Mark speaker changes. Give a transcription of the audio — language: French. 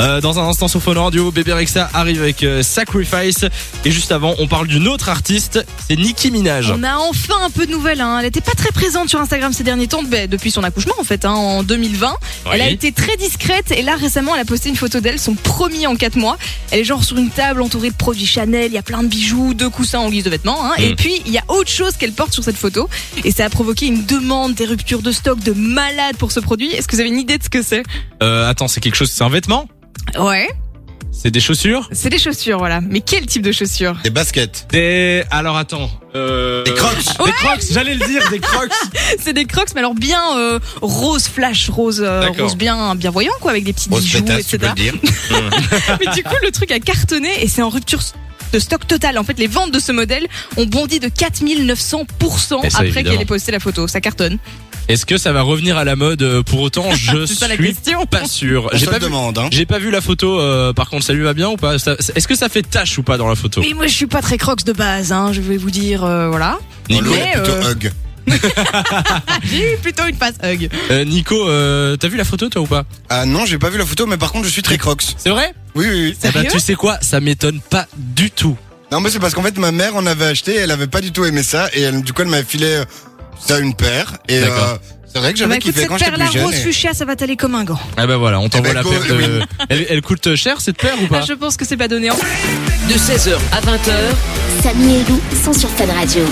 Speaker 1: Euh, dans un instant sur Phone Radio, Bébé Rexa arrive avec euh, Sacrifice. Et juste avant, on parle d'une autre artiste, c'est Nicki Minaj.
Speaker 2: On a enfin un peu de nouvelles. hein. Elle n'était pas très présente sur Instagram ces derniers temps, ben, depuis son accouchement en fait, hein, en 2020. Elle a
Speaker 1: Oui.
Speaker 2: été très discrète et là récemment, elle a posté une photo d'elle, son premier en 4 mois. Elle est genre sur une table entourée de produits Chanel, il y a plein de bijoux, deux coussins en guise de vêtements. hein.
Speaker 1: Mm.
Speaker 2: Et puis, il y a autre chose qu'elle porte sur cette photo. Et ça a provoqué une demande des ruptures de stock de malades pour ce produit. Est-ce que vous avez une idée de ce que c'est
Speaker 1: Euh, attends, c'est quelque chose, c'est un vêtement
Speaker 2: Ouais,
Speaker 1: C'est des chaussures
Speaker 2: c'est des chaussures, voilà. Mais quel type de chaussures
Speaker 3: Des baskets.
Speaker 1: Des... Alors attends. Euh...
Speaker 3: Des crocs.
Speaker 1: Des crocs, j'allais le dire, des crocs.
Speaker 2: C'est des crocs, mais alors bien euh, rose flash, rose, euh,
Speaker 1: D'accord.
Speaker 2: rose bien, bien voyant, quoi, avec des petits
Speaker 3: Grosse
Speaker 2: bijoux,
Speaker 3: pétasse, tu peux
Speaker 2: etc.
Speaker 3: le dire.
Speaker 2: mais du coup, le truc a cartonné et c'est en rupture de stock total. En fait, les ventes de ce modèle ont bondi de 4900%
Speaker 1: Et ça,
Speaker 2: après
Speaker 1: évidemment.
Speaker 2: qu'elle ait posté la photo. Ça cartonne.
Speaker 1: Est-ce que ça va revenir à la mode euh, Pour autant, je
Speaker 2: C'est ça la
Speaker 1: suis
Speaker 2: question.
Speaker 1: pas sûr.
Speaker 3: On se
Speaker 1: J'ai pas
Speaker 3: le
Speaker 1: vu.
Speaker 3: demande, hein.
Speaker 1: J'ai pas vu la photo. euh, par contre, ça lui va bien ou pas Ça- Est-ce que ça fait tache ou pas dans la photo
Speaker 2: Mais moi, je suis pas très crocs de base, hein, je vais vous dire, euh, voilà.
Speaker 3: Nico
Speaker 2: Mais,
Speaker 3: est plutôt
Speaker 2: euh,
Speaker 3: hug.
Speaker 2: Ah, J'ai eu plutôt une passe hug.
Speaker 1: Euh, Nico, euh, t'as vu la photo toi ou pas
Speaker 3: Ah non, j'ai pas vu la photo, mais par contre, je suis très crocs.
Speaker 1: C'est vrai
Speaker 3: Oui, oui, oui.
Speaker 1: Eh ben,
Speaker 2: Sérieux
Speaker 1: tu sais quoi Ça m'étonne pas du tout.
Speaker 3: Non, mais c'est parce qu'en fait, ma mère en avait acheté, elle avait pas du tout aimé ça, et elle- du coup, elle m'avait filé euh, ça une paire, et
Speaker 1: D'accord.
Speaker 3: euh, c'est vrai que
Speaker 2: Bah,
Speaker 3: j'avais
Speaker 2: écoute,
Speaker 3: kiffé
Speaker 2: cette
Speaker 3: quand j'étais
Speaker 2: paire-là,
Speaker 3: plus jeune.
Speaker 2: rose
Speaker 3: et-
Speaker 2: fuchsia, ça va t'aller comme un gant.
Speaker 1: Ah ben voilà, on t'envoie
Speaker 3: ben,
Speaker 1: la
Speaker 3: go,
Speaker 1: paire de... elle, elle coûte cher cette paire ou pas
Speaker 2: je pense que c'est pas donné en
Speaker 4: De 16h à 20h,
Speaker 5: Samy et Lou sont sur Fan Radio.